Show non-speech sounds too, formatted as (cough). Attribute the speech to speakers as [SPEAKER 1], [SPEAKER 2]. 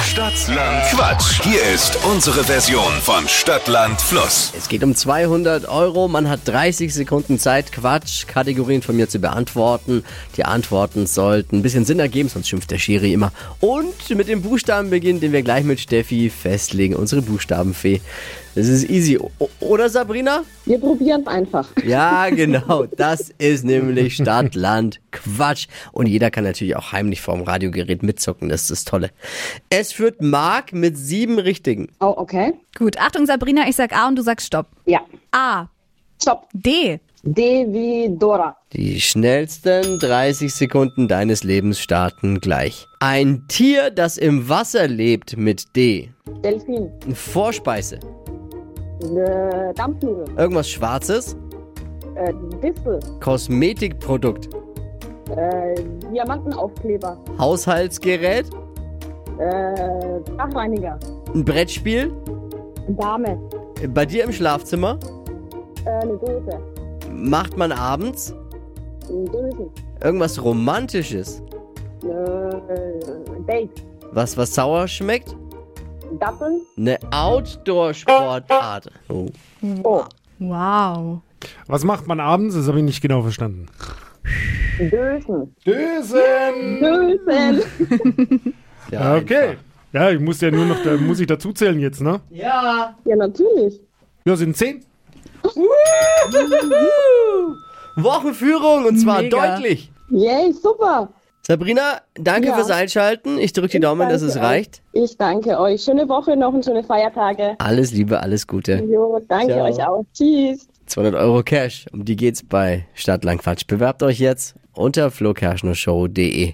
[SPEAKER 1] Stadtland Quatsch. Hier ist unsere Version von Stadtland Fluss.
[SPEAKER 2] Es geht um 200 Euro. Man hat 30 Sekunden Zeit, Quatsch, Kategorien von mir zu beantworten. Die Antworten sollten ein bisschen Sinn ergeben, sonst schimpft der Schiri immer. Und mit dem Buchstaben beginnen, den wir gleich mit Steffi festlegen. Unsere Buchstabenfee. Das ist easy. O oder Sabrina?
[SPEAKER 3] Wir probieren es einfach.
[SPEAKER 2] Ja, (laughs) genau. Das ist nämlich Stadt, Land, Quatsch. Und jeder kann natürlich auch heimlich vorm Radiogerät mitzocken. Das ist das Tolle. Es führt Marc mit sieben Richtigen.
[SPEAKER 3] Oh, okay.
[SPEAKER 4] Gut, Achtung Sabrina, ich sag A und du sagst Stopp.
[SPEAKER 3] Ja.
[SPEAKER 4] A,
[SPEAKER 3] Stopp.
[SPEAKER 4] D.
[SPEAKER 3] D wie Dora.
[SPEAKER 2] Die schnellsten 30 Sekunden deines Lebens starten gleich. Ein Tier, das im Wasser lebt mit D.
[SPEAKER 3] Delfin.
[SPEAKER 2] Vorspeise.
[SPEAKER 3] Äh, Dampfnudel.
[SPEAKER 2] Irgendwas Schwarzes.
[SPEAKER 3] Äh, Distel.
[SPEAKER 2] Kosmetikprodukt.
[SPEAKER 3] Äh, Diamantenaufkleber.
[SPEAKER 2] Haushaltsgerät.
[SPEAKER 3] Äh, Dachreiniger.
[SPEAKER 2] Ein Brettspiel.
[SPEAKER 3] Dame.
[SPEAKER 2] Bei dir im Schlafzimmer.
[SPEAKER 3] Äh, eine Dose.
[SPEAKER 2] Macht man abends.
[SPEAKER 3] Ein Dösen.
[SPEAKER 2] Irgendwas Romantisches.
[SPEAKER 3] Äh, Date.
[SPEAKER 2] Was, was sauer schmeckt.
[SPEAKER 3] Datteln.
[SPEAKER 2] Eine Outdoor-Sportart. Oh.
[SPEAKER 3] Oh.
[SPEAKER 4] Wow.
[SPEAKER 5] Was macht man abends? Das habe ich nicht genau verstanden.
[SPEAKER 3] Dösen.
[SPEAKER 5] Dösen!
[SPEAKER 3] Dösen.
[SPEAKER 2] Ja,
[SPEAKER 5] Okay. Ja, ich muss ja nur noch, da muss ich dazu zählen jetzt, ne?
[SPEAKER 2] Ja.
[SPEAKER 3] Ja, natürlich.
[SPEAKER 5] Ja, sind zehn.
[SPEAKER 2] Wochenführung und zwar
[SPEAKER 4] Mega.
[SPEAKER 2] deutlich.
[SPEAKER 3] Yay, super.
[SPEAKER 2] Sabrina, danke
[SPEAKER 3] Ja.
[SPEAKER 2] fürs Einschalten. Ich drücke die Daumen, dass es
[SPEAKER 3] Danke euch.
[SPEAKER 2] reicht.
[SPEAKER 3] Ich danke euch. Schöne Woche noch und schöne Feiertage.
[SPEAKER 2] Alles Liebe, alles Gute.
[SPEAKER 3] Jo, danke
[SPEAKER 2] Ciao.
[SPEAKER 3] euch auch. Tschüss.
[SPEAKER 2] 200 Euro Cash, um die geht's bei Stadtlandquatsch. Bewerbt euch jetzt unter flokerschnershow.de.